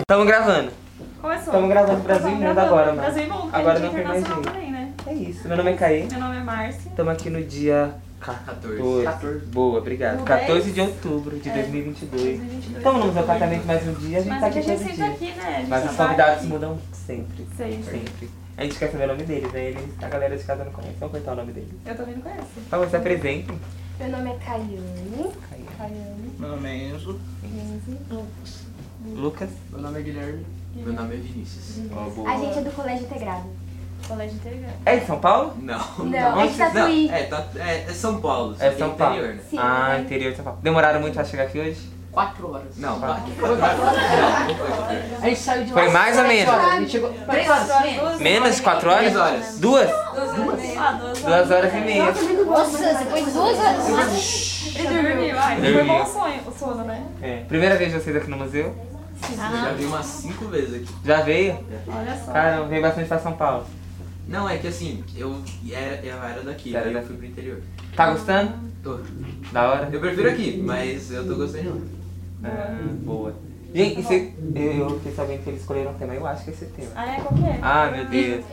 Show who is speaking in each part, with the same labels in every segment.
Speaker 1: Estamos gravando.
Speaker 2: Começou.
Speaker 1: Estamos gravando Brasil e
Speaker 2: Tamo
Speaker 1: Mundo
Speaker 2: gravando.
Speaker 1: agora, mano.
Speaker 2: Brasil e Mundo, porque
Speaker 1: Agora
Speaker 2: a gente
Speaker 1: não
Speaker 2: é
Speaker 1: tem mais
Speaker 2: internacional
Speaker 1: jeito.
Speaker 2: também, né?
Speaker 1: É isso. Meu nome é Caí.
Speaker 2: Meu nome é Márcia.
Speaker 1: Estamos aqui no dia 14.
Speaker 3: 14.
Speaker 1: Boa, obrigado.
Speaker 2: No
Speaker 1: 14 de outubro de
Speaker 2: É.
Speaker 1: 2022.
Speaker 2: 2022.
Speaker 1: Estamos no meu apartamento mais um dia. A gente
Speaker 2: Mas é
Speaker 1: tá
Speaker 2: a
Speaker 1: aqui
Speaker 2: gente
Speaker 1: todo
Speaker 2: sempre
Speaker 1: dia.
Speaker 2: aqui, né? A gente
Speaker 1: Mas os
Speaker 2: trabalha
Speaker 1: convidados
Speaker 2: aqui.
Speaker 1: mudam sempre.
Speaker 2: Sempre.
Speaker 1: Sempre. A gente quer saber o nome deles, né? Eles, a galera de casa não conhece. Vamos contar o nome deles.
Speaker 2: Eu também não conheço.
Speaker 1: Então, você apresenta.
Speaker 4: Meu nome é Caiane.
Speaker 1: Caí.
Speaker 4: Caiane.
Speaker 3: Meu nome é Enzo.
Speaker 1: Lucas.
Speaker 3: Meu nome é Guilherme.
Speaker 5: Meu nome é Vinícius.
Speaker 3: Ó, boa.
Speaker 4: A gente é do colégio integrado.
Speaker 2: Colégio integrado.
Speaker 1: É de São Paulo?
Speaker 5: Não.
Speaker 4: Não, é de Tatuí.
Speaker 5: É, tá, é, é São Paulo. só
Speaker 1: É
Speaker 5: que
Speaker 1: São Paulo.
Speaker 5: Interior, né?
Speaker 4: Sim.
Speaker 1: Ah, interior de São Paulo. Demoraram muito pra chegar aqui hoje?
Speaker 6: Quatro horas.
Speaker 5: Não,
Speaker 1: Tá.
Speaker 5: aqui foi- não, foi de três.
Speaker 6: A gente saiu de lá.
Speaker 1: Foi mais ou
Speaker 6: sete
Speaker 1: menos?
Speaker 6: horas, A gente chegou. Três horas.
Speaker 2: Duas
Speaker 1: Menos de 4 horas?
Speaker 5: Três horas.
Speaker 1: Duas?
Speaker 2: Ah, duas
Speaker 1: Duas horas e meia.
Speaker 4: Nossa, você foi duas horas.
Speaker 2: Ele dormiu. Ai,
Speaker 1: Dormiu.
Speaker 2: foi bom sonho, o sono, né?
Speaker 1: É. Primeira vez vocês aqui no museu?
Speaker 5: Eu já vi umas cinco vezes aqui.
Speaker 1: Já veio?
Speaker 2: Olha só.
Speaker 1: Cara, veio bastante pra São Paulo.
Speaker 5: Não, é que assim, eu era, eu era daqui,
Speaker 1: Você era
Speaker 5: daí eu
Speaker 1: daqui.
Speaker 5: fui pro interior.
Speaker 1: Tá gostando?
Speaker 5: Tô.
Speaker 1: Da hora?
Speaker 5: Eu prefiro aqui, mas eu tô gostando de lá.
Speaker 1: Ah, boa. Tá Gente, e você- eu, eu fiquei sabendo que eles escolheram um tema. Eu acho que é esse tema.
Speaker 2: Ah, é? Qual que é?
Speaker 1: Ah, meu Deus.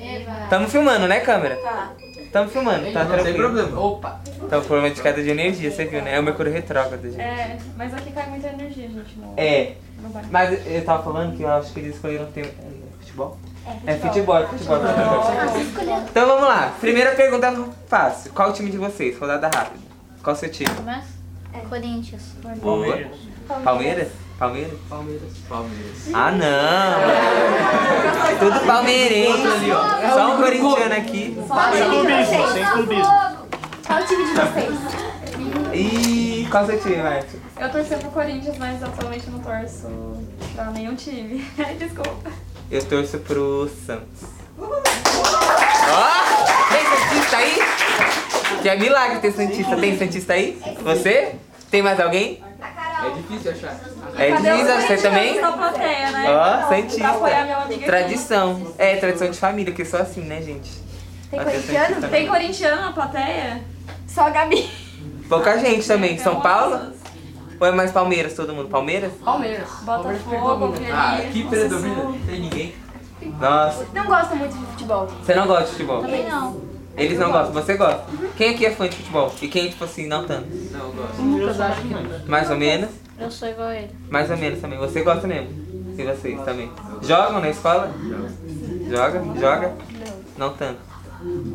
Speaker 1: Tamo filmando, né, câmera?
Speaker 2: Tá.
Speaker 1: Tamo filmando, tá
Speaker 5: Não tem
Speaker 1: tranquilo.
Speaker 5: problema.
Speaker 6: Opa.
Speaker 1: Então, problema de queda de energia, você viu, né? É o Mercúrio retrógrado, gente.
Speaker 2: É, mas aqui cai muita energia, gente. No,
Speaker 1: É,
Speaker 2: no banho.
Speaker 1: mas eu tava falando que eu acho que eles escolheram um tema. É futebol? É futebol, é futebol. Então vamos lá. Primeira pergunta fácil. Qual o time de vocês? Rodada rápida. Qual o seu time?
Speaker 7: Corinthians.
Speaker 1: Boa. É. Palmeiras? Palmeiras?
Speaker 3: Palmeiras.
Speaker 5: Palmeiras.
Speaker 1: Ah, não! Tudo palmeirense!
Speaker 4: É
Speaker 1: Só um corintiano aqui.
Speaker 4: Sem clubismo. Qual o time de vocês?
Speaker 1: E qual seu time, Márcio?
Speaker 2: Eu torci pro Corinthians, mas atualmente não torço pra nenhum time. Desculpa.
Speaker 1: Eu torço pro Santos. Ó! Tem Santista aí? Que é milagre ter Santista. Tem Santista aí? Você? Tem mais alguém?
Speaker 5: É difícil achar.
Speaker 1: É
Speaker 2: Cadê
Speaker 1: difícil,
Speaker 2: os
Speaker 1: você também?
Speaker 2: corintianos na plateia, né?
Speaker 1: Ó,
Speaker 2: Pra apoiar
Speaker 1: Santista.
Speaker 2: minha amiga aqui.
Speaker 1: Tradição. É, tradição de família, que só assim, né, gente?
Speaker 4: Tem
Speaker 1: Até
Speaker 4: corintiano?
Speaker 1: Santista.
Speaker 2: Tem corintiano na plateia?
Speaker 4: Só a Gabi.
Speaker 1: Pouca gente também. São
Speaker 2: Tem um
Speaker 1: Paulo?
Speaker 2: algumas.
Speaker 1: Ou é mais Palmeiras, todo mundo? Palmeiras?
Speaker 6: Palmeiras. Palmeiras
Speaker 2: Botafogo,
Speaker 6: perdeu
Speaker 5: Ah,
Speaker 2: Vieirinha.
Speaker 5: aqui predomina. Não tem ninguém.
Speaker 1: Nossa.
Speaker 4: Não gosto muito de futebol.
Speaker 1: Você não gosta de futebol?
Speaker 7: Também não.
Speaker 1: Eles não gostam, você gosta. Quem aqui é fã de futebol? E quem, tipo assim, não tanto?
Speaker 5: Não, eu gosto.
Speaker 6: Lucas acho que não.
Speaker 1: Mais ou menos?
Speaker 7: Eu sou igual a ele.
Speaker 1: Mais ou menos também. Você gosta mesmo? E vocês também? Jogam na escola? Joga? Joga? Não tanto.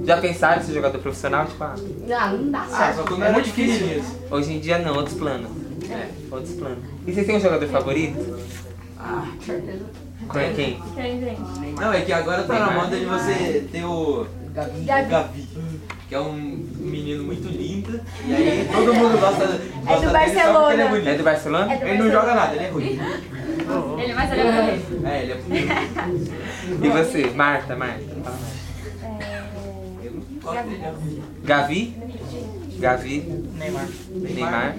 Speaker 1: Já pensaram em ser jogador profissional? Tipo, ah,
Speaker 6: Ah, não dá
Speaker 5: Ah,
Speaker 6: certo.
Speaker 5: só quando
Speaker 1: é
Speaker 5: era pequenininho.
Speaker 1: hoje em dia não, outros planos.
Speaker 5: É.
Speaker 1: Outros planos. E vocês têm um jogador favorito?
Speaker 6: Ah, certeza.
Speaker 1: Quem é quem?
Speaker 2: Quem, gente?
Speaker 5: Não, é que agora tá na moda de você ter o
Speaker 6: Gabi.
Speaker 5: Gabi, que é um menino muito lindo. E aí todo mundo gosta, gosta
Speaker 4: do
Speaker 5: dele só porque ele é
Speaker 4: Barcelona.
Speaker 5: bonito.
Speaker 1: É do Barcelona?
Speaker 4: do
Speaker 5: Ele não joga nada, ele é ruim.
Speaker 2: Ele, mas ele é bonito.
Speaker 5: É, ele é bonito.
Speaker 1: E você? Marta, Marta. Fala, Marta.
Speaker 5: Eu não gosto dele. não.
Speaker 1: Gavi?
Speaker 4: É,
Speaker 1: Gavi?
Speaker 3: Neymar.
Speaker 1: Neymar?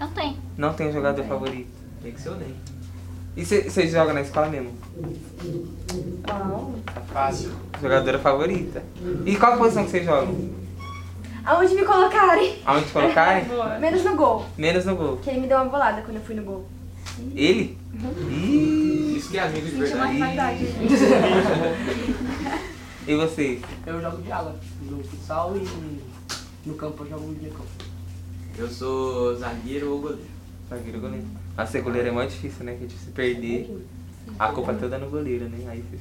Speaker 7: Eu tenho.
Speaker 1: Não tem um jogador favorito.
Speaker 5: Tem que ser o Ney.
Speaker 1: E vocês jogam na escola mesmo?
Speaker 3: Fácil.
Speaker 1: Jogadora favorita. E qual a posição que vocês jogam?
Speaker 4: Aonde me colocarem?
Speaker 1: Aonde colocarem?
Speaker 2: Boa.
Speaker 4: Menos no gol.
Speaker 1: Menos no gol.
Speaker 4: Que ele me deu uma bolada quando eu fui no gol.
Speaker 1: Ele? Ih.
Speaker 5: Isso que é amigo de
Speaker 2: Gente, é uma rivalidade.
Speaker 5: verdade.
Speaker 1: E vocês?
Speaker 6: Eu jogo de ala. No futsal e no campo eu jogo de campo.
Speaker 5: Eu sou zagueiro ou goleiro.
Speaker 1: Zagueiro goleiro. A ser goleiro é mó difícil, né? Que tipo, se perder, a culpa toda é no goleiro, né? Aí você,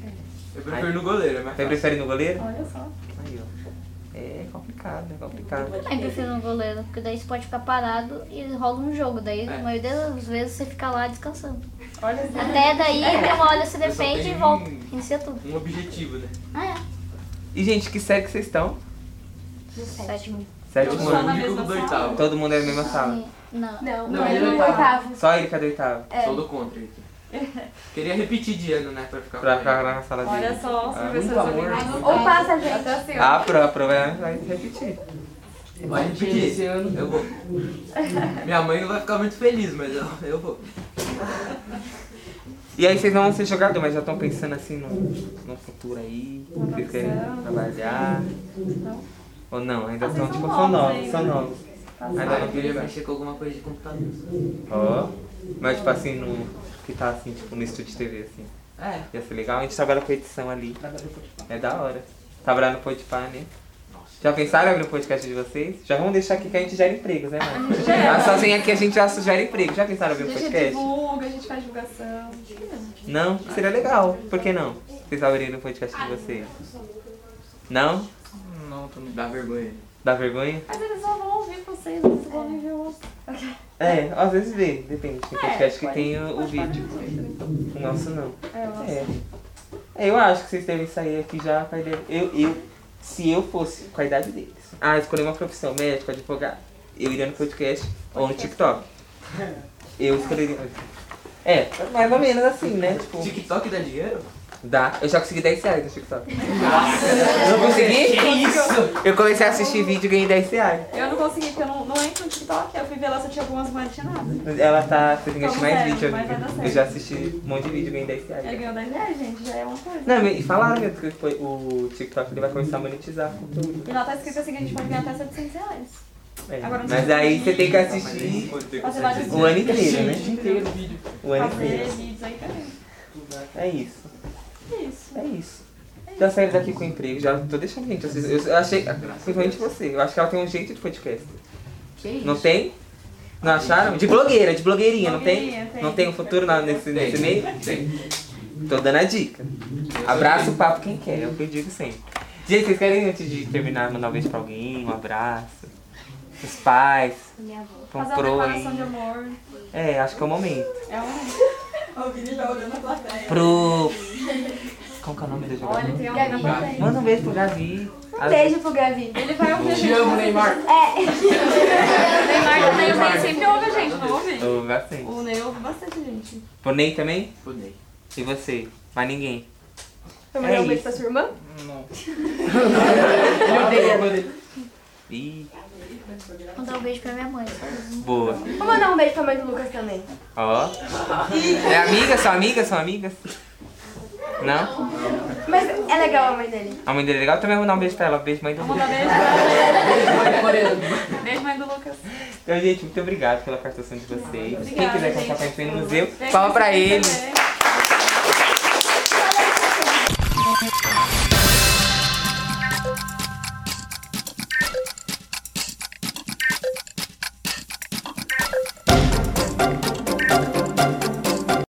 Speaker 5: Eu prefiro no goleiro, é mais
Speaker 1: você
Speaker 5: fácil.
Speaker 1: prefere no goleiro?
Speaker 2: Olha só.
Speaker 1: Aí, ó. É complicado, é complicado.
Speaker 7: Eu também prefiro um goleiro, porque daí você pode ficar parado e rola um jogo. Daí, na
Speaker 5: É.
Speaker 7: maioria das vezes, você fica lá descansando.
Speaker 2: Olha só. É.
Speaker 7: Até daí, tem uma hora, você
Speaker 5: Eu só
Speaker 7: defende
Speaker 5: tenho
Speaker 7: e volta.
Speaker 5: um-
Speaker 7: Inicia tudo.
Speaker 5: Um objetivo, né?
Speaker 7: É.
Speaker 1: E, gente, que série que vocês estão?
Speaker 7: Sétimo.
Speaker 5: Eu
Speaker 1: Sétimo
Speaker 5: sou o
Speaker 2: na
Speaker 1: ano.
Speaker 5: único
Speaker 2: mesma
Speaker 5: do
Speaker 2: sala?
Speaker 5: oitavo.
Speaker 1: Todo mundo é na mesma
Speaker 5: Tá.
Speaker 1: sala.
Speaker 7: Não.
Speaker 4: Não,
Speaker 6: Não,
Speaker 4: ele
Speaker 6: ele
Speaker 4: não
Speaker 6: não.
Speaker 4: oitavo.
Speaker 1: Só ele que é do oitavo.
Speaker 4: É.
Speaker 5: Sou do contra. então. Queria repetir de ano, né? Pra ficar
Speaker 1: Pra
Speaker 5: com ele.
Speaker 1: ficar lá na sala
Speaker 2: Olha
Speaker 1: dele.
Speaker 2: só, os
Speaker 1: Ah,
Speaker 2: professores
Speaker 6: muito amor.
Speaker 2: olhando.
Speaker 4: Ou passa, gente.
Speaker 2: Até assim, ó.
Speaker 1: Ah, pro, pro, vai, vai repetir.
Speaker 5: Vai repetir
Speaker 6: Esse ano.
Speaker 5: Eu vou. Minha mãe não vai ficar muito feliz, mas eu, eu vou.
Speaker 1: E E aí vocês não vão ser jogador, mas já estão pensando assim no, no futuro aí, vocês querem trabalhar.
Speaker 2: Não.
Speaker 1: Ou não, ainda
Speaker 2: Ah,
Speaker 1: estão,
Speaker 2: vocês
Speaker 1: tipo,
Speaker 2: são
Speaker 1: são
Speaker 2: novos
Speaker 1: novos,
Speaker 2: ainda.
Speaker 1: são novos. Ainda
Speaker 5: Ah,
Speaker 1: não
Speaker 5: eu queria
Speaker 1: queria.
Speaker 5: mexer com alguma coisa de computador.
Speaker 1: Ó. Mas tipo assim, no. Que tá assim, tipo, no estúdio de TV, assim.
Speaker 5: É.
Speaker 1: Ia ser legal, a gente trabalha com edição ali.
Speaker 6: Trabalho com-
Speaker 1: É da hora. Trabalhar no Podpah, né? Já pensaram em abrir o podcast de vocês? Já vamos deixar aqui que a gente gera empregos, né, mano?
Speaker 2: gera.
Speaker 1: Ah, sozinha aqui a gente já gera emprego. Já pensaram em
Speaker 2: A
Speaker 1: abrir o
Speaker 2: gente
Speaker 1: podcast?
Speaker 2: divulga, a gente faz divulgação.
Speaker 1: Não? Seria legal. Por que não? Vocês abrirem o podcast de vocês. Não?
Speaker 5: Não, tô me dá vergonha.
Speaker 1: Dá vergonha?
Speaker 2: Mas eles não vão ouvir vocês, eles vão me ver o
Speaker 1: É, às vezes vê, depende. Tem
Speaker 2: É,
Speaker 1: podcast que
Speaker 2: pode-
Speaker 1: tem o, o
Speaker 2: pode falar
Speaker 1: vídeo.
Speaker 2: mesmo.
Speaker 1: O nosso não.
Speaker 2: É, eu
Speaker 1: É. É, Eu acho que vocês devem sair aqui já pra ele- eu, eu Se eu fosse com a idade deles. Ah, escolher uma profissão, médico, advogado. Eu iria no podcast ou no TikTok. Eu escolheria. É, mais ou menos assim, né? Tipo,
Speaker 5: TikTok dá dinheiro?
Speaker 1: dá. Eu já consegui 10 reais no TikTok. Não consegui?
Speaker 5: Que isso?
Speaker 1: Eu comecei a assistir vídeo e ganhei 10 reais.
Speaker 2: Eu não consegui, porque eu não, não entro no TikTok. Eu fui ver lá se eu tinha algumas mas não tinha nada.
Speaker 1: Ela tá fazendo assistir mais
Speaker 2: Vamos ver,
Speaker 1: vídeo,
Speaker 2: mas vai dar
Speaker 1: amiga.
Speaker 2: certo.
Speaker 1: Eu já assisti um monte de vídeo e ganhei 10
Speaker 2: Ele
Speaker 1: reais.
Speaker 2: ganhou 10 reais, gente, já é uma coisa.
Speaker 1: Não, e falaram mesmo que foi- o TikTok ele vai começar a monetizar conteúdo.
Speaker 2: E lá tá escrito assim que a gente pode ganhar até 700 reais.
Speaker 1: É.
Speaker 2: Agora não
Speaker 1: Mas
Speaker 2: sei.
Speaker 1: aí você tem que assistir
Speaker 2: Fazer vários
Speaker 5: Um
Speaker 1: o ano inteiro,
Speaker 6: Gente,
Speaker 1: né?
Speaker 6: inteiro.
Speaker 1: O ano
Speaker 2: Fazer
Speaker 1: inteiro.
Speaker 2: vídeos aí também.
Speaker 1: É isso.
Speaker 2: É isso.
Speaker 1: É isso. Já saíram daqui com emprego, já tô deixando gente. Eu, eu achei, principalmente você, eu acho que ela tem um jeito de podcast.
Speaker 5: Que isso?
Speaker 1: Não tem? Não acharam? De blogueira, de blogueirinha, não tem?
Speaker 2: Blogueirinha, tem.
Speaker 1: Não tem um futuro na- nesse,
Speaker 5: Tem.
Speaker 1: nesse meio?
Speaker 5: Tem.
Speaker 1: Tô dando a dica. Abraça o papo quem quer, é o que eu digo sempre. Gente, vocês querem antes de terminar mandar um beijo pra alguém, um abraço? Os pais,
Speaker 7: Minha avó.
Speaker 1: pra um
Speaker 2: Fazer uma declaração de
Speaker 1: pro.
Speaker 2: amor.
Speaker 1: É, acho que é o momento.
Speaker 2: É um.
Speaker 1: Pro. Como que é o nome do
Speaker 2: Olha,
Speaker 1: jogador?
Speaker 2: tem alguém na plateia.
Speaker 1: Manda um beijo pro Gavi.
Speaker 4: Um beijo pro Gavi.
Speaker 2: Ele vai ouvir a gente.
Speaker 5: Te amo, né? Neymar.
Speaker 2: O Neymar também, o Ney sempre ouve a gente, não ouve?
Speaker 1: Ouve bastante.
Speaker 2: O Ney ouve bastante gente.
Speaker 1: Pro Ney também?
Speaker 5: Fudei.
Speaker 1: E você? Mais ninguém.
Speaker 4: Vamos mandar
Speaker 1: É
Speaker 4: um beijo
Speaker 1: isso.
Speaker 4: pra sua irmã?
Speaker 5: Ele odeia a irmã dele.
Speaker 1: Ih,
Speaker 7: Vou dar um beijo pra minha mãe. só isso.
Speaker 1: boa.
Speaker 4: Vou mandar um beijo pra mãe do Lucas também.
Speaker 1: Ó. É amiga? São amigas? São amigas? Não?
Speaker 4: Mas é legal a mãe dele.
Speaker 1: A mãe dele é legal? Também vou mandar um beijo pra ela. Beijo, mãe do
Speaker 2: Vamos
Speaker 1: Lucas.
Speaker 2: dar beijo pra Beijo, mãe do Lucas.
Speaker 1: Então, gente, muito obrigado pela participação de vocês. Quem
Speaker 2: Obrigada,
Speaker 1: quiser contar
Speaker 2: gente.
Speaker 1: pra gente no museu,
Speaker 2: Vem
Speaker 1: fala pra
Speaker 2: vocês
Speaker 1: ele.
Speaker 2: também.